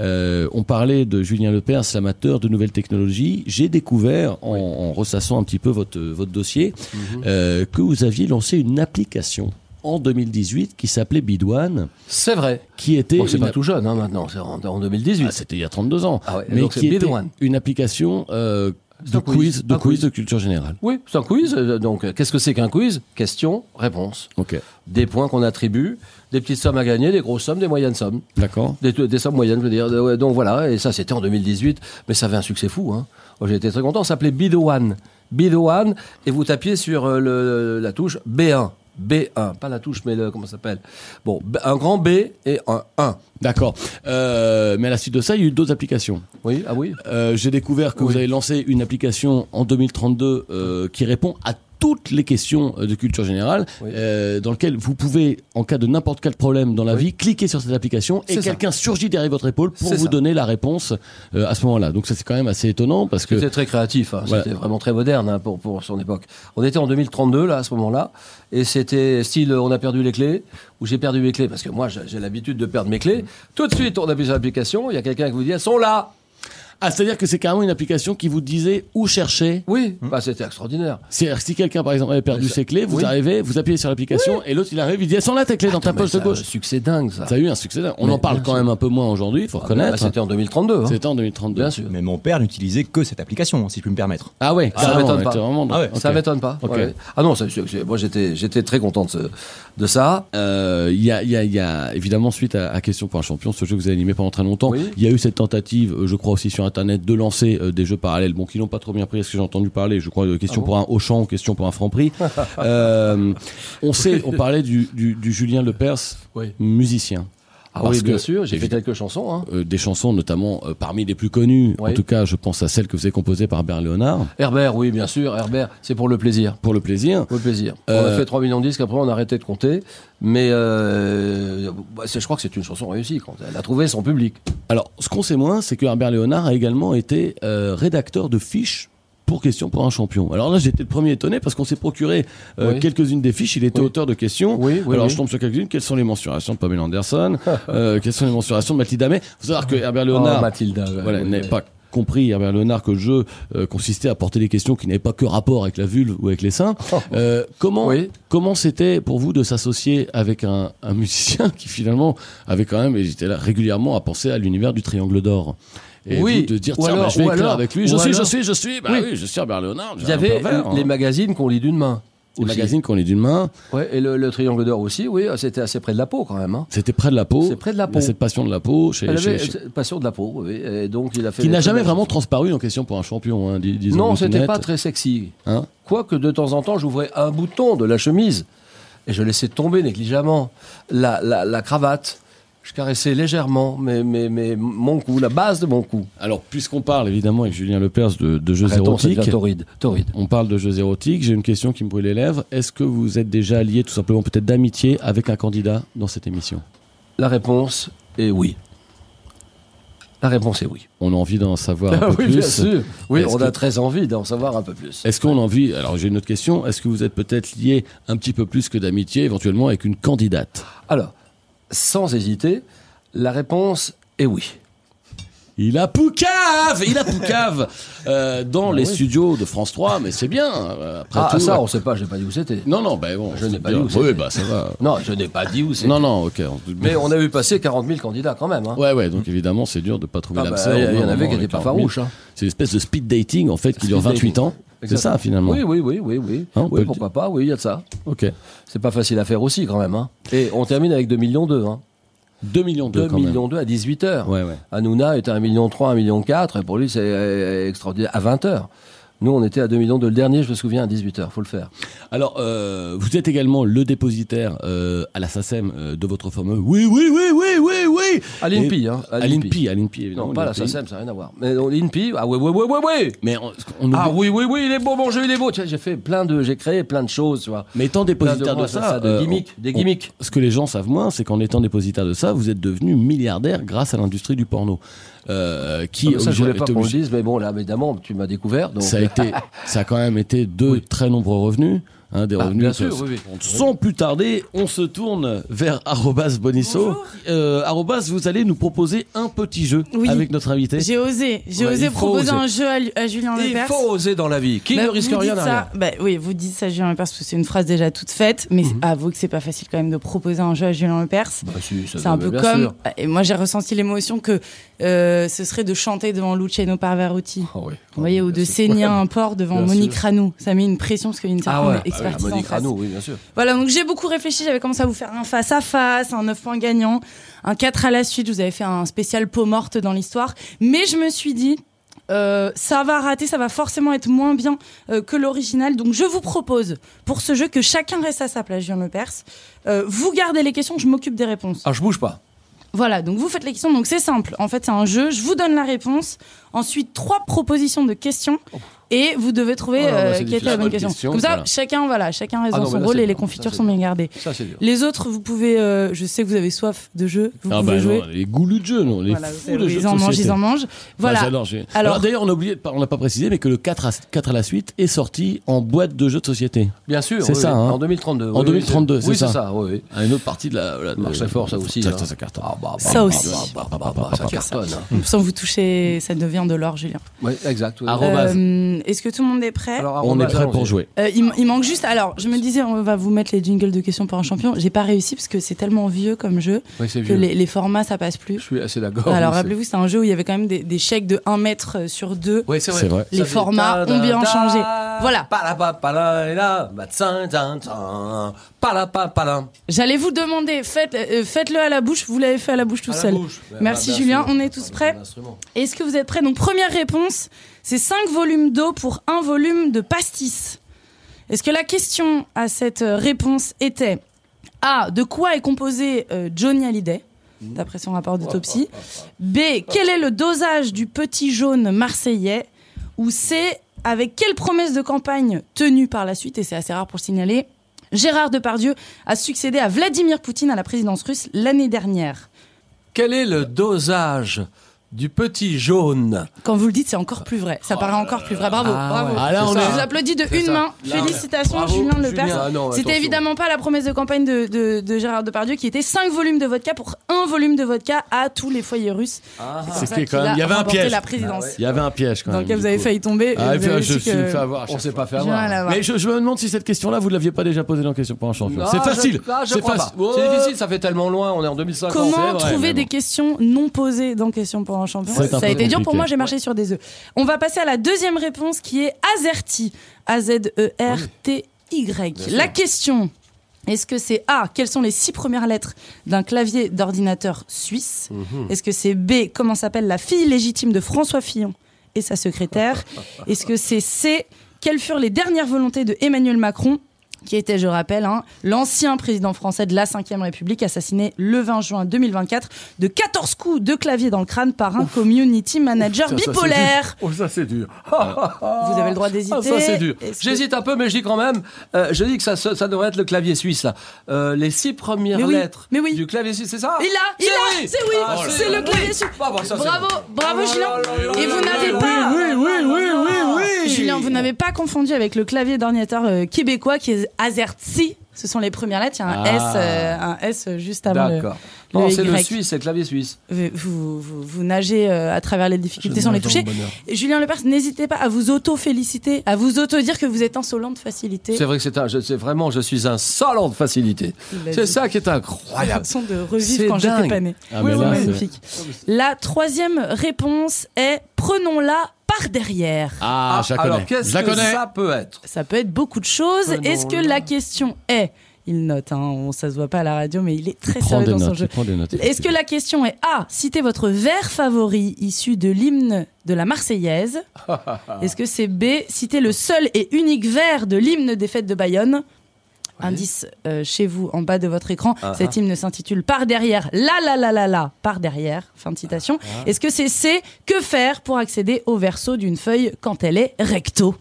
C: Euh, on parlait de Julien Lepers, amateur de nouvelles technologies. J'ai découvert, en, en ressassant un petit peu votre, votre dossier,
G: Mhm.
C: euh, que vous aviez lancé une application en 2018 qui s'appelait Bidouane,
G: C'est vrai.
C: qui était...
G: Bon, c'est
C: une
G: pas
C: app-
G: tout jeune hein, maintenant, c'est en, en 2018.
C: Ah, C'était il y a 32 ans.
G: Ah ouais,
C: mais
G: donc c'est
C: qui était
G: Bidouane.
C: une application euh,
G: C'est
C: de
G: un
C: quiz,
G: quiz.
C: de,
G: Un
C: quiz
G: quiz.
C: de culture générale.
G: oui, c'est un quiz. euh, Donc, euh, qu'est-ce que c'est qu'un quiz Question, réponse.
C: Ok,
G: Des points qu'on attribue, des petites sommes à gagner, des grosses sommes, des moyennes sommes.
C: d'accord.
G: Des, des sommes moyennes, je veux dire. Ouais, Donc voilà, et ça c'était en 2018, mais ça avait un succès fou. Hein. Moi, J'ai été très content, ça s'appelait Bidowan. Bidowan, et vous tapiez sur euh, le, la touche B1. B1, pas la touche, mais le, comment ça s'appelle Bon, B- un grand B et un 1.
C: D'accord. Euh, mais à la suite de ça, il y a eu d'autres applications.
G: Oui, ah oui
C: Euh, j'ai découvert que vous
G: Oui.
C: avez lancé une application en 2032 euh, qui répond à toutes les questions euh, de culture générale,
G: Oui.
C: euh, dans lequel vous pouvez, en cas de n'importe quel problème dans la
G: Oui.
C: vie, cliquer sur cette application et
G: C'est ça.
C: quelqu'un surgit derrière votre épaule pour
G: C'est
C: vous
G: ça.
C: donner la réponse euh, à ce moment-là. Donc ça c'est quand même assez étonnant parce que
G: C'était très créatif, hein.
C: Voilà.
G: c'était vraiment très moderne hein, pour, pour son époque. On était en 2032, là, à ce moment-là, et c'était style euh, on a perdu les clés, ou j'ai perdu mes clés, parce que moi j'ai j'ai l'habitude de perdre mes clés. Tout de suite, on appuie sur l'application, il y a quelqu'un qui vous dit elles sont là
C: ah c'est-à-dire que c'est carrément une application qui vous disait où chercher.
G: Oui, bah, c'était extraordinaire.
C: C'est-à-dire que si quelqu'un par exemple avait perdu
G: Mais ça-
C: ses clés, vous
G: oui.
C: arrivez, vous appuyez sur l'application et l'autre il arrive, il dit elles sont là tes clés dans ta
G: Attends, mais
C: poche de
G: ça,
C: gauche.
G: un Succès dingue, ça.
C: Ça a eu un succès. On
G: Mais
C: en parle
G: bien
C: quand
G: sûr.
C: même un peu moins aujourd'hui, il faut
G: Ah, bah,
C: reconnaître.
G: C'était en 2032. hein.
C: C'était en 2032.
G: Bien sûr.
D: Mais mon père n'utilisait que cette application, si je puis me permettre.
C: Ah ouais,
G: Ça
C: carrément,
G: m'étonne pas.
C: t'es vraiment dans-
D: Ah ouais,
C: ok.
G: Ça m'étonne pas.
C: Ok.
G: ouais. Ah non, ça- c'est- c'est- moi j'étais j'étais très content de, ce- de ça.
C: Euh, Il y, a, il y a- il y a évidemment suite à, à Question pour un champion, ce jeu que vous avez animé pendant très longtemps,
G: Oui.
C: il y a eu cette tentative, euh, je crois aussi sur internet, de lancer euh, des jeux parallèles, bon qui n'ont pas trop bien pris, à ce que j'ai entendu parler, je crois de Question
G: Ah bon
C: pour un Auchan, ou Question pour un Franprix. euh, on sait, on parlait du, du, du Julien Lepers,
G: Oui.
C: musicien.
G: Ah
C: Parce
G: oui, bien
C: que-
G: sûr, j'ai fait
C: évi-
G: quelques chansons. hein.
C: euh, des chansons notamment euh, parmi les plus connues, en
G: Oui.
C: tout cas je pense à celle que vous avez composée par Bert Léonard,
G: Herbert, oui, bien sûr, Herbert, c'est pour le plaisir.
C: pour le plaisir.
G: Pour le plaisir. On
C: Euh,
G: a fait 3 millions de disques, après on a arrêté de compter. Mais euh, bah, c'est- je crois que c'est une chanson réussie quand elle a trouvé son public.
C: Alors, ce qu'on sait moins, c'est que Herbert Léonard a également été euh, rédacteur de fiches pour Question pour un champion. Alors là, j'étais le premier étonné parce qu'on s'est procuré euh,
G: Oui.
C: quelques-unes des fiches. Il était
G: Oui.
C: auteur de questions.
G: Oui, oui,
C: Alors,
G: oui.
C: je tombe sur quelques-unes. Quelles sont les mensurations de Pamela Anderson Euh, Quelles sont les mensurations de Mathilde Amet Il faut savoir que Herbert Léonard
G: Oh, Mathilda. ouais,
C: voilà,
G: ouais,
C: n'est
G: ouais.
C: pas compris Herbert Léonard que le jeu euh, consistait à porter des questions qui n'avaient pas que rapport avec la vulve ou avec les seins. Euh, comment
G: Oh. Oui.
C: comment c'était pour vous de s'associer avec un, un musicien qui finalement avait quand même, et j'étais là régulièrement à penser à l'univers du Triangle d'Or et
G: Oui.
C: vous de dire
G: Ou
C: tiens
G: alors-
C: bah, je vais
G: ou
C: écrire
G: alors-
C: avec lui
G: ou
C: je suis, je
G: alors-
C: suis je suis bah
G: Oui.
C: oui, je suis Herbert Léonard
G: Il y avait les
C: les,
G: magazines qu'on lit d'une main. aussi.
C: hein. magazines qu'on lit d'une main
G: Ouais, et le, le Triangle d'Or aussi, oui, c'était assez près de la peau quand même. hein.
C: c'était près de la peau
G: C'est près de la peau.
C: cette passion de la peau chez,
G: Elle
C: chez-
G: avait
C: chez-
G: euh, passion de la peau, oui. Et donc il a fait
C: qui
G: des
C: n'a
G: très
C: jamais
G: belles
C: vraiment transparu en question pour un champion hein, dis- disons
G: Non,
C: le
G: c'était
C: net.
G: pas très sexy.
C: Hein
G: Quoique de temps en temps, j'ouvrais un bouton de la chemise et je laissais tomber négligemment la, la, la cravate. Je caressais légèrement mais, mais, mais mon cou, la base de mon cou.
C: alors puisqu'on parle évidemment avec Julien Lepers de, de jeux
G: Attends, ça devient
C: érotiques
G: torride, torride.
C: on parle de jeux érotiques j'ai une question qui me brûle les lèvres est-ce que vous êtes déjà lié tout simplement peut-être d'amitié avec un candidat dans cette émission
G: La réponse est oui. La réponse est oui. Ah
C: on a envie d'en savoir un peu
G: oui,
C: plus
G: bien sûr. Oui,
C: Est-ce
G: on
C: que-
G: a très envie d'en savoir un peu plus.
C: Est-ce qu'on a envie, alors j'ai une autre question, est-ce que vous êtes peut-être lié un petit peu plus que d'amitié, éventuellement avec une candidate
G: Alors, sans hésiter, la réponse est oui.
C: Il a Poucave Il a Poucave euh, Dans
G: Bah
C: les
G: oui.
C: studioos de France 3, mais c'est bien, euh, après
G: Ah,
C: tout.
G: ça, on sait pas, j'ai pas dit où c'était.
C: Non, non, ben bon,
G: Je
C: c'est
G: n'ai pas
C: bien.
G: dit où
C: Oui,
G: c'était.
C: bah ça va.
G: Non, je n'ai pas dit où c'était.
C: non, non, ok. on-
G: Mais on a vu passer 40 000 candidats quand même. hein.
C: Ouais, ouais, donc évidemment, c'est dur de pas trouver
G: Ah,
C: l'âme
G: bah,
C: sœur,
G: il y- il y en
C: normalement,
G: avait qui
C: avec
G: étaient pas
C: 40 000.
G: farouches. hein.
C: C'est une espèce de speed dating, en fait, qui dure
G: Speed
C: 28
G: dating.
C: ans. C'est ça, finalement.
G: Oui, oui, oui, oui, oui.
C: Hein, on peut
G: oui
C: le
G: pourquoi pas, oui, il y a de ça.
C: Ok.
G: C'est pas facile à faire aussi quand même. hein. Et on termine avec 2 millions 2. Hein.
C: 2 millions
G: 2
C: de quand
G: millions 2 à 18 heures.
C: même. Ouais, ouais.
G: Hanouna était à 1 million 3, 1 million 4, et pour lui c'est euh, extraordinaire. À 20 heures. Nous on était à 2 millions 2 le dernier, je me souviens, à 18 heures, faut le faire.
C: Alors, euh, vous êtes également le dépositaire euh, à la SACEM euh, de votre fameux oui, oui, oui, oui, oui, oui.
G: À l'INPI, hein, à
C: À l'INPI, à l'INPI, évidemment.
G: Non, pas à la
C: l'INPI.
G: SACEM, ça n'a rien à voir. Mais non, l'INPI, ah oui, oui, oui, oui, oui
C: Mais on, on oublie-
G: Ah oui, oui, oui, il est beau, mon jeu, il est beau. Tiens, j'ai fait plein de, j'ai créé plein de choses, tu vois.
C: mais étant dépositaire de,
G: branches,
C: ça,
G: ça, de
C: euh,
G: gimmicks, des gimmicks.
C: ce que les gens savent moins, c'est qu'en étant dépositaire de ça, vous êtes devenu milliardaire grâce à l'industrie du porno, euh, qui
G: Ah, ça, je
C: obligé-
G: voulais pas
C: est
G: qu'on le
C: obligé-
G: dise, mais bon, là, évidemment, tu m'as découvert. Donc,
C: ça a été, ça a quand même été deux très nombreux revenus, hein, des
G: Ah,
C: revenus
G: bien
C: que-
G: sûr, oui, oui.
C: Sans plus tarder, on se tourne vers arrobas bonisso. Euh, arrobas, vous allez nous proposer un petit jeu
K: Oui.
C: avec notre invité.
K: J'ai osé, j'ai
C: Ouais,
K: osé
C: il faut oser.
K: proposer un jeu à, Lu- à Julien
G: Il
K: Lepers.
G: faut oser dans la vie. Qui
K: Bah,
G: ne
K: vous
G: risque
K: dites
G: rien à
K: ça-
G: rien
K: bah, oui, vous dites ça à Julien Lepers parce que c'est une phrase déjà toute faite, mais avouez que c'est pas facile quand même de proposer un jeu à Julien Lepers.
G: Mhm. Bah, si, ça
K: C'est
G: va,
K: un
G: mais
K: peu
G: bien
K: comme. Bah,
G: sûr.
K: Et moi, j'ai ressenti l'émotion que euh, ce serait de chanter devant Luciano Pavarotti.
G: Ah oui.
K: Vous voyez, ou de
G: Bien sûr.
K: saigner un porc devant
G: Bien
K: Monique
G: sûr.
K: Ranou. Ça met une pression parce qu'il y a une certaine
G: Ah ouais, ah
K: expertise
G: oui,
K: en
G: Monique
K: face.
G: Ranou, oui, bien sûr.
K: Voilà, donc j'ai beaucoup réfléchi. J'avais commencé à vous faire un face-à-face, un 9 points gagnant, un 4 à la suite. Je vous avais fait un spécial peau morte dans l'histoire. Mais je me suis dit, euh, ça va rater, ça va forcément être moins bien euh, que l'original. Donc je vous propose pour ce jeu que chacun reste à sa place, Julien Lepers. Euh, vous gardez les questions, je m'occupe des réponses.
G: Ah, je bouge pas.
K: Voilà, donc vous faites les questions, donc c'est simple. En fait, c'est un jeu, je vous donne la réponse. Ensuite, trois propositions de questions. Et vous devez trouver
G: Oh là là,
K: euh,
G: c'est
K: quelle est
G: difficile.
K: la bonne
G: Bonne
K: question.
G: question,
K: Comme ça,
G: voilà.
K: chacun, voilà, chacun reste
G: Ah
K: dans
G: non,
K: son
G: mais là,
K: rôle
G: c'est
K: et les
G: bien,
K: confitures
G: ça,
K: sont
G: c'est
K: bien gardées.
G: Ça, c'est dur.
K: Les autres, vous pouvez. euh, je sais que vous avez soif de jeu. Vous
C: Ah
K: pouvez
C: bah
K: jouer.
C: non, les goulus de jeu, non, les
K: Voilà,
C: fous de jeu. Ah,
K: ils en mangent, ils en mangent.
G: Bah,
K: Voilà.
C: Alors,
K: Alors-
C: d'ailleurs, on a oublié, de par- on n'a pas précisé, mais que le 4 à, 4 à la suite est sorti en boîte de jeux de société.
G: Bien sûr.
C: C'est
G: oui,
C: ça,
G: oui.
C: hein.
G: En 2032.
C: En 2032, c'est
G: Oui,
C: ça.
G: c'est ça, oui. oui.
C: À une autre partie de la. la-
G: Marche
C: de-
G: très fort, ça aussi.
C: Ça,
G: hein.
C: ça, ça cartonne.
G: Ah, bah, bah,
K: Ça
G: bah,
K: aussi.
G: bah, bah, bah, bah, bah, Ça cartonne. hein.
K: Sans vous toucher, ça devient de l'or, Julien.
G: Oui, exact. oui.
C: Arrobas. Arrobase.
K: Euh, Est-ce que tout le monde est prêt
G: Alors,
C: On est
G: arrobase,
C: prêt pour
G: allons-y.
C: jouer.
K: Euh, il, m- il manque juste. Alors, je me disais, on va vous mettre les jingles de questions pour un champion. J'ai pas réussi parce que c'est tellement vieux comme jeu
G: Oui, c'est
K: que
G: vieux.
K: les, les formats ça passe
G: Je
K: plus.
G: suis assez d'accord.
K: Alors,
G: oui, c'est-
K: rappelez-vous, c'est un jeu où il y avait quand même des, des chèques de 1 mètre sur 2.
G: Oui, c'est
C: C'est
G: vrai.
C: vrai.
K: Les
G: Ça fait
K: formats
G: ta-da-da,
K: ont bien changé. Voilà.
G: palapapalaila, batsin, tin, tin, palapapalin.
K: J'allais vous demander, faites, euh, faites-le à la bouche. Vous l'avez fait à la bouche tout
G: À la
K: seul.
G: bouche. Bah,
K: Merci,
G: bien
K: Julien.
G: sûr.
K: On est tous
G: Ah,
K: prêts
G: bah, l'instrument.
K: Est-ce que vous êtes prêts Donc, première réponse, c'est 5 volumes d'eau pour 1 volume de pastis. Est-ce que la question à cette euh, réponse était A. De quoi est composé euh, Johnny Hallyday
G: Hmm.
K: D'après son rapport d'autopsie.
G: Ah,
K: B. Quel est le dosage du petit jaune marseillais Ou C. Avec quelle promesse de campagne tenue par la suite, et c'est assez rare pour le signaler, Gérard Depardieu a succédé à Vladimir Poutine à la présidence russe l'année dernière
G: Quel est le dosage du petit jaune.
K: Quand vous le dites, c'est encore plus vrai.
G: Oh
K: Ça paraît encore plus vrai. Bravo,
G: Ah
K: bravo.
G: ouais. Ah là, on
K: je
C: hein.
G: est-
K: vous applaudis de
G: C'est
K: une
G: ça.
K: main.
G: Là,
K: Félicitations,
G: bravo,
K: Julien Lepers.
G: Julien. Ah non,
K: C'était
G: attention.
K: évidemment pas la promesse de campagne de, de- de Gérard Depardieu qui était 5 volumes de vodka pour un volume de vodka à tous les foyers russes.
G: Ah,
K: C'est comme ça
C: C'était quand
K: qu'il
C: même.
K: a
C: Il y avait un
K: remporté
C: piège. Ah
K: la présidence.
C: Il y avait un piège quand
K: Dans
C: même.
K: lequel
C: du
K: vous avez
C: coup.
K: failli tomber.
C: Ah,
K: et vous avez
C: je
K: su
C: me suis
K: que-
C: fait avoir.
G: On s'est pas fait
K: J'ai
G: avoir.
K: rien à voir.
C: Mais je, je me demande si cette question-là, vous ne l'aviez pas déjà posée dans question pour un champion.
G: Non,
C: C'est facile.
G: je- ah, je
C: C'est
G: crois
C: facile.
G: pas. C'est difficile, ça fait tellement loin, on est en 2050.
K: Comment
G: c'est vrai,
K: trouver
G: mais
K: des
G: bon.
K: questions non posées dans Question pour un champion Ça a
G: C'est
K: été
G: un
K: dur
G: peu
K: pour
G: compliqué.
K: moi, j'ai marché sur des œufs. On va passer à la deuxième réponse qui est AZERTY. E A-Z-E-R-T-Y.
L: Bien sûr.
K: La question est-ce que c'est A Quelles sont les six premières lettres d'un clavier d'ordinateur suisse
L: Mhm.
K: Est-ce que c'est B Comment s'appelle la fille légitime de François Fillon et sa secrétaire Est-ce que c'est C Quelles furent les dernières volontés de Emmanuel Macron qui était, je rappelle, hein, l'ancien président français de la Ve République, assassiné le 20 juin 2024 de 14 coups de clavier dans le crâne par un community manager
G: Ça, ça, c'est
K: bipolaire.
G: dur. Oh, ça c'est dur.
K: Vous avez le droit d'hésiter.
G: Ah, ça c'est dur.
K: Est-ce que-
G: J'hésite un peu, mais je dis quand même, euh, je dis que ça, se- ça devrait être le clavier suisse là. Euh, les six premières
K: Mais oui,
G: lettres du clavier suisse, c'est ça
K: Il a, il
G: C'est
K: a,
G: oui.
K: c'est oui,
G: Ah,
K: c'est le clavier suisse.
G: Bravo, ça, c'est
K: bravo,
G: bon.
K: bravo
G: Oh là
K: Julien.
G: là là là
K: Et vous
G: là
K: n'avez
G: là
K: pas.
G: là là là là là là.
K: Julien, vous n'avez pas confondu avec le clavier d'ordinateur euh, québécois qui est AZERTY. Ce sont les premières lettres. Il y a un
G: Ah.
K: S, euh, un S juste avant le.
G: D'accord. Non, c'est le
K: Y.
G: suisse, c'est le clavier suisse.
K: Vous, vous, vous- vous nagez euh, à travers les difficultés sans les
G: nage dans
K: toucher.
G: le bonheur.
K: Et Julien Lepers, n'hésitez pas à vous auto-féliciter, à vous auto-dire que vous êtes insolent de facilité.
G: C'est vrai que c'est un, je- c'est vraiment, je suis un salon de facilité.
K: Il l'a
G: C'est
K: dit.
G: ça qui est
K: J'ai
G: incroyable.
K: l'impression de
G: C'est
K: revivre quand j'étais
G: dingue.
K: pas née.
G: Ah, mais là,
K: c'est
G: c'est-
K: magnifique. La troisième réponse est prenons-la par derrière.
C: Ah, je la connais.
G: Alors qu'est-ce
C: Je la
G: que
C: connais.
G: ça peut être
K: Ça peut être beaucoup de choses.
G: Prenons-la.
K: Est-ce que la question est il note, hein, on, ça se voit pas à la radio, mais il est très
C: Prends
K: sérieux
C: des
K: dans son
C: notes.
K: jeu.
C: prends des notes.
K: Est-ce que la question est A. Citez votre vers favori issu de l'hymne de la Marseillaise. Est-ce que c'est B. Citez le seul et unique vers de l'hymne des fêtes de Bayonne. Indice euh, chez vous en bas de votre écran.
L: Ah,
K: Cet
L: ah.
K: hymne s'intitule Par derrière, la la la la la, par derrière. Fin de citation.
L: ah.
K: Est-ce que c'est C. Que faire pour accéder au verso d'une feuille quand elle est recto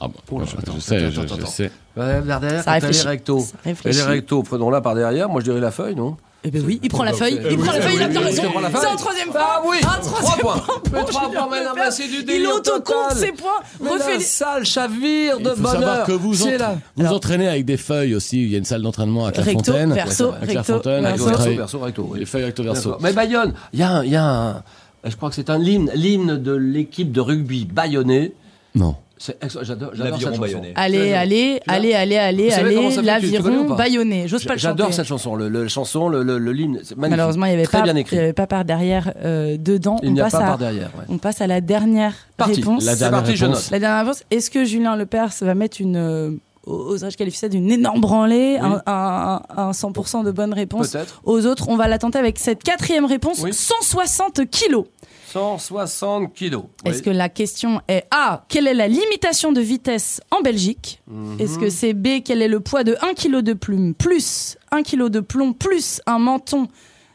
C: Ah, bah, je, je sais, je- je sais.
G: Ouais, par derrière,
K: Ça
G: quand elle est
K: réfléchit.
G: recto.
K: Ça
G: Elle
K: réfléchit.
G: est recto, prenons-la par derrière. Moi, je dirais la feuille, non
K: Eh bien oui, il prend la feuille, il prend la feuille, il a bien raison. C'est un troisième point.
G: Ah oui,
K: un
G: trois
K: troisième
G: points.
K: point.
G: Mais
K: pour
G: trois
K: Julien
G: points, mais non,
K: Lepers.
G: mais c'est du
K: Il
G: délire
K: autocompte
G: total.
K: ses points.
G: Mais
K: Refais
G: la sale chavire de
C: Il faut savoir
G: bonheur.
C: que vous
G: C'est
C: entra-
G: la-
C: vous entraînez avec des feuilles aussi. Il y a une salle d'entraînement à Clairefontaine.
K: verso,
C: à Clairefontaine,
G: recto,
C: avec
G: verso.
C: votre-
G: Verso, verso, recto, oui.
C: Les feuilles recto verso.
G: D'accord. Mais Bayonne, il y a un, il y a un- je crois que c'est un hymne, l'hymne de l'équipe de rugby bayonnais.
C: Non.
G: C'est ex- j'adore, j'adore
I: L'aviron
G: cette chanson.
I: bayonnais.
K: Allez, allez, allez, allez, allez,
G: Vous savez comment
K: allez,
G: ça fait, tu- tu connais ou
K: l'aviron
G: pas
K: baïonné. J'ose pas le
G: J'adore
K: chanter.
G: cette chanson, le, le- la chanson, le, le, le hymne, c'est magnifique.
K: Malheureusement, il n'y avait,
G: Très
K: pas-
G: bien
K: il y
G: écrit.
K: avait pas par derrière euh, dedans.
G: Il
K: On
G: n'y a
K: passe
G: pas
K: à-
G: par derrière, ouais.
K: On passe à la dernière
G: Parti.
K: réponse.
G: La C'est dernière parti, je réponse. note.
K: La dernière réponse. Est-ce que Julien Lepers va mettre une, euh, oserais-je qualifier ça d'une énorme branlée,
G: Oui.
K: un, un- un 100% de bonnes réponses
G: Peut-être.
K: aux autres On va la tenter avec cette quatrième réponse,
G: Oui.
K: 160 kilos.
G: 160 kilos.
K: Est-ce que la question est A. Quelle est la limitation de vitesse en Belgique
G: Mhm.
K: Est-ce que c'est B. Quel est le poids de 1 kg de plume plus 1 kg de plomb plus un menton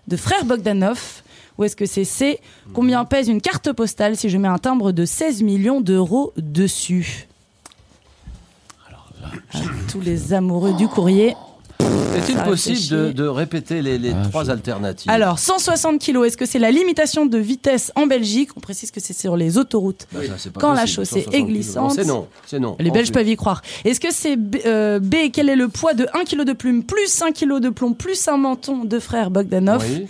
K: de frère Bogdanov Ou est-ce que c'est C. Combien pèse une carte postale si je mets un timbre de 16 millions d'euros dessus À Tous les amoureux du courrier.
G: Est-il
K: Ça
G: possible de,
K: réfléchit.
G: de répéter les, les
C: Ah,
G: trois alternatives
K: Alors, 160 kg, est-ce que c'est la limitation de vitesse en Belgique On précise que c'est sur les autoroutes.
G: Bah, ça, c'est pas
K: Quand la
G: possible,
K: chaussée
G: 160
K: est
G: kilos. Non,
K: glissante.
G: C'est non, c'est non.
K: Les Belges
G: Ensuite.
K: peuvent y croire. Est-ce que c'est B, euh, B, quel est le poids de 1 kg de plume plus 1 kg de plomb plus un menton de frère Bogdanov
G: Oui.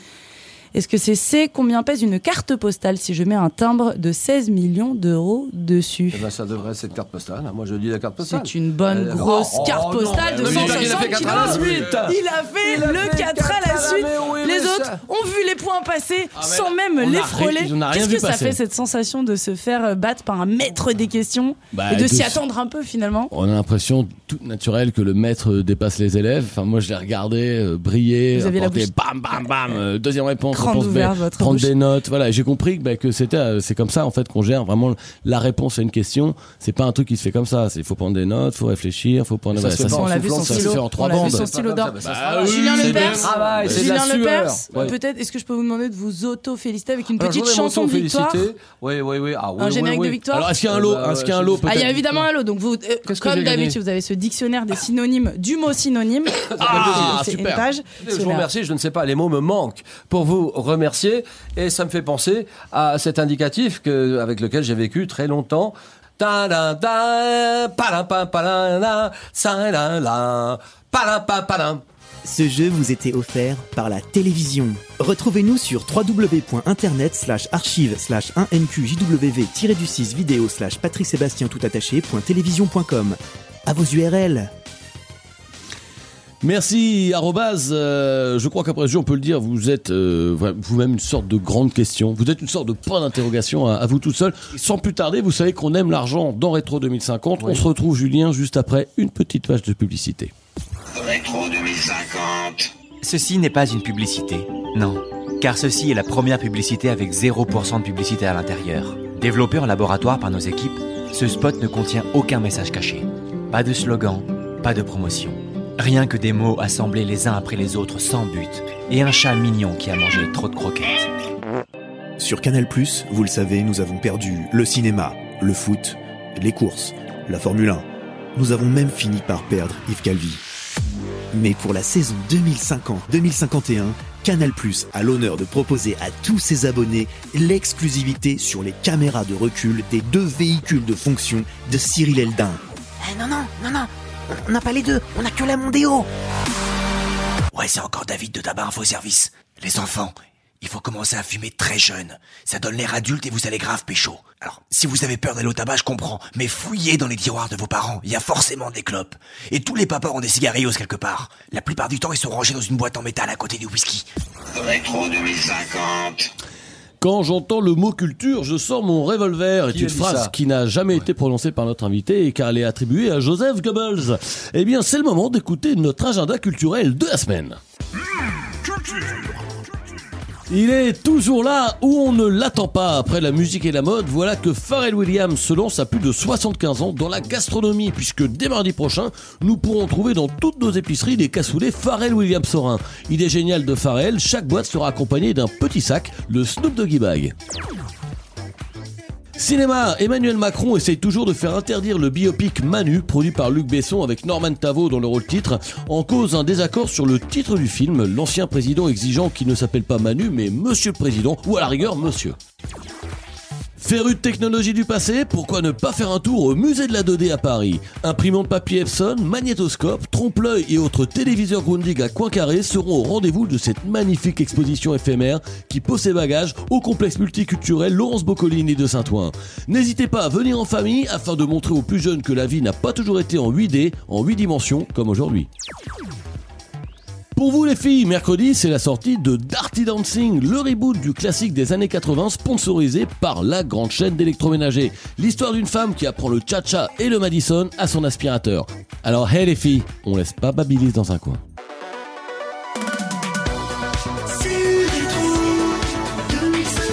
K: Est-ce que c'est C, combien pèse une carte postale si je mets un timbre de 16 millions d'euros dessus
G: Eh ben, ça devrait être cette carte postale. hein. Moi, je dis la carte postale.
K: C'est une bonne
G: Euh,
K: grosse
G: oh, oh,
K: carte
G: non,
K: postale de
G: mais il a
K: 160
G: fait quatre à la
K: kilos.
G: suite.
K: Il a fait
G: Il a
K: le
G: fait
K: 4 à la
G: quatre à la-
K: suite.
G: mais oui,
K: les
G: mais
K: autres
G: ça- Ah,
K: ont vu les points passer sans même
C: on
K: les
C: a ri-
K: frôler.
C: on a rien
K: Qu'est-ce
C: vu
K: que ça
C: passer.
K: fait cette sensation de se faire euh, battre par un maître des questions
C: Bah,
K: et de
C: de
K: s'y
C: s-
K: attendre un peu finalement
C: On a l'impression toute naturelle que le maître dépasse les élèves. Enfin, moi, je l'ai regardé euh, briller,
K: Vous avez la
C: apporter
K: bouche-
C: bam, bam, bam. euh, deuxième réponse,
K: Grande
C: réponse B,
K: ouverte, votre
C: prendre
K: bouche.
C: des notes. Voilà, Et j'ai compris que, bah, que c'était, euh, c'est comme ça en fait qu'on gère vraiment la réponse à une question. C'est pas un truc qui se fait comme ça. Il faut prendre des notes, faut réfléchir, faut prendre.
G: Ça se fait pas en On l'a vu soufflant, son
C: ça se fait
G: stylo.
C: en trois
G: On l'a vu
C: bandes.
G: son
K: stylo d'or.
G: Bah, ça se travaille.
K: Julien
G: C'est
K: Lepers,
G: du travail, c'est de Bah, la
K: Julien Ah, Lepers,
G: sueur. Ouais.
K: peut-être, est-ce que je peux vous demander de vous auto-féliciter avec une
G: Alors,
K: petite
G: je voudrais
K: chanson de victoire
G: m'auto-féliciter. Oui, oui, oui. Ah, oui,
K: Un
G: oui,
K: générique
G: oui.
K: de victoire Alors,
C: est-ce qu'il y a un lot Est-ce qu'il y a un lot,
K: Ah, il y a
C: peut-être
K: évidemment un lot. Donc, vous, euh,
G: Qu'est-ce que
K: comme
G: j'ai gagné
K: d'habitude, vous avez ce dictionnaire des synonymes du mot synonyme.
G: Ah,
K: C'est une
G: super.
K: page.
G: Je vous remercie, je ne sais pas, les mots me manquent. Pour vous remercier. Et ça me fait penser à cet indicatif que, avec lequel j'ai vécu très longtemps. Ta-da, da, palin, palin, palin, la, sa, la, la, palin, palin, palin.
J: Ce jeu vous était offert par la télévision. Retrouvez-nous sur www.internet slash archive slash 1nqjw-du6 vidéo slash patrick sébastien tout attaché.télévision.com. À vos URL.
C: Merci, arrobase. euh, je crois qu'après ce jeu, on peut le dire, vous êtes euh, vra- vous-même une sorte de grande question. Vous êtes une sorte de point d'interrogation à, à vous tout seul. Sans plus tarder, vous savez qu'on aime l'argent dans Rétro 2050. On se retrouve, Julien, juste après une petite page de publicité.
M: Rétro 2050.
D: Ceci n'est pas une publicité, non. Car ceci est la première publicité avec 0% de publicité à l'intérieur. Développé en laboratoire par nos équipes, ce spot ne contient aucun message caché. Pas de slogan, pas de promotion. Rien que des mots assemblés les uns après les autres sans but. Et un chat mignon qui a mangé trop de croquettes.
N: Sur Canal+, vous le savez, nous avons perdu le cinéma, le foot, les courses, la Formule 1. Nous avons même fini par perdre Yves Calvi.
J: Mais pour la saison 2050-2051, Canal Plus a l'honneur de proposer à tous ses abonnés l'exclusivité sur les caméras de recul des deux véhicules de fonction de Cyril Eldin.
O: Eh, non, non, non, non. On n'a pas les deux. On n'a que la Mondeo.
D: Ouais, c'est encore David de Tabac Info Service. Les enfants, il faut commencer à fumer très jeune. Ça donne l'air adulte et vous allez grave pécho. Alors, si vous avez peur d'aller au tabac, je comprends, mais fouillez dans les tiroirs de vos parents, il y a forcément des clopes. Et tous les papas ont des cigarillos quelque part. La plupart du temps, ils sont rangés dans une boîte en métal à côté du whisky.
M: Rétro 2050.
C: Quand j'entends le mot culture, je sors mon revolver.
G: Qui
C: est une
G: a dit
C: phrase
G: ça
C: qui n'a jamais été prononcée par notre invité et car elle est attribuée à Joseph Goebbels. Eh bien, c'est le moment d'écouter notre agenda culturel de la semaine. Il est toujours là où on ne l'attend pas. Après la musique et la mode, voilà que Pharrell Williams se lance à plus de 75 ans dans la gastronomie, puisque dès mardi prochain, nous pourrons trouver dans toutes nos épiceries des cassoulets Pharrell Williams Sorin. Idée géniale de Pharrell, chaque boîte sera accompagnée d'un petit sac, le Snoop Doggy Bag. Cinéma, Emmanuel Macron essaye toujours de faire interdire le biopic Manu, produit par Luc Besson avec Norman Tavo dans le rôle titre, en cause un désaccord sur le titre du film, l'ancien président exigeant qu'il ne s'appelle pas Manu mais Monsieur le Président, ou à la rigueur Monsieur. Féru de technologie du passé, pourquoi ne pas faire un tour au musée de la 2D à Paris Imprimante papier Epson, magnétoscope, trompe-l'œil et autres téléviseurs Grundig à coin carré seront au rendez-vous de cette magnifique exposition éphémère qui pose ses bagages au complexe multiculturel Laurence Boccolini de Saint-Ouen. N'hésitez pas à venir en famille afin de montrer aux plus jeunes que la vie n'a pas toujours été en 8D, en 8 dimensions comme aujourd'hui. Pour vous les filles, mercredi, c'est la sortie de Darty Dancing, le reboot du classique des années 80 sponsorisé par la grande chaîne d'électroménager. L'histoire d'une femme qui apprend le cha-cha et le Madison à son aspirateur. Alors, hey les filles, on laisse pas Babyliss dans un coin.
P: C'est rétro 2050.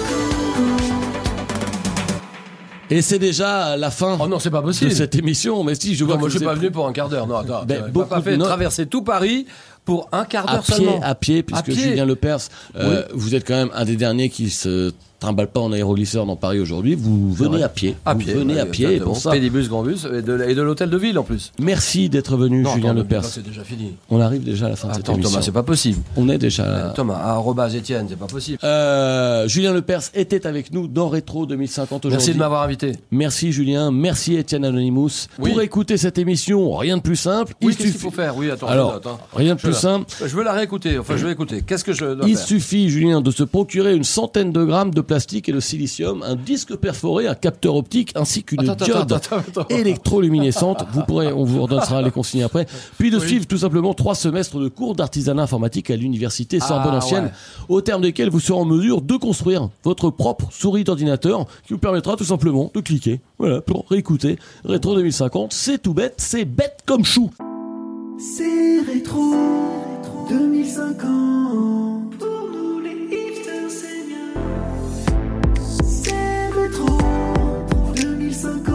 C: Et c'est déjà la fin oh non, c'est pas possible. de cette émission, mais si je vois
G: Non, moi,
C: que
G: je suis
C: vous
G: pas
C: êtes-
G: venu pour un quart d'heure. Non, attends.
C: Ben,
G: t'aurais pas
C: beaucoup
G: fait
C: de-
G: traverser tout Paris pour un quart
C: à
G: d'heure
C: pied,
G: seulement.
C: à pied, puisque
G: À pied.
C: Julien Lepers, euh, vous êtes quand même un des derniers qui se trimballe pas en aéroglisseur dans Paris aujourd'hui. Vous
G: C'est
C: venez
G: vrai.
C: à pied.
G: À
C: Vous
G: pied,
C: venez
G: ouais,
C: à pied. Et
G: exactement.
C: pour ça,
G: Pédibus, grand bus et de, et de l'hôtel de ville en plus.
C: merci d'être venu,
G: Non,
C: Julien
G: attends,
C: Lepers.
G: c'est déjà fini.
C: On arrive déjà à la fin de cette
G: Attends,
C: émission. Euh.
G: Thomas, c'est pas possible.
C: On est déjà à la-
G: Thomas, à Robaz Etienne, c'est pas possible.
C: Euh, Julien Lepers était avec nous dans Rétro 2050 aujourd'hui.
G: Merci de m'avoir invité.
C: Merci Julien, merci Étienne Anonymous.
G: Oui.
C: Pour écouter cette émission, rien de plus simple.
G: Oui,
C: il
G: qu'est-ce qu'il
C: suffi-
G: faut faire Oui, attends,
C: Alors,
G: je note, hein.
C: rien de
G: Je
C: plus
G: la-
C: simple.
G: Je veux la réécouter. Enfin, je vais écouter. Qu'est-ce que je dois
C: Il
G: faire
C: suffit, Julien, de se procurer une centaine de grammes de plastique et de silicium, un disque perforé, un capteur optique ainsi qu'une
G: Attends, attends,
C: diode
G: attends, attends, attends.
C: électroluminescente. Vous pourrez, on vous redonnera les consignes après. Puis de suivre tout simplement trois semestres de cours d'artisanat informatique à l'université Sorbonne
G: Ah,
C: Ancienne,
G: ouais.
C: au terme desquels vous serez en mesure de construire votre propre souris d'ordinateur qui vous permettra tout simplement de cliquer. Voilà, pour réécouter Rétro 2050. C'est tout bête, c'est bête comme chou.
P: C'est rétro 2050. Pour nous les hipsters, c'est bien. C'est rétro 2050.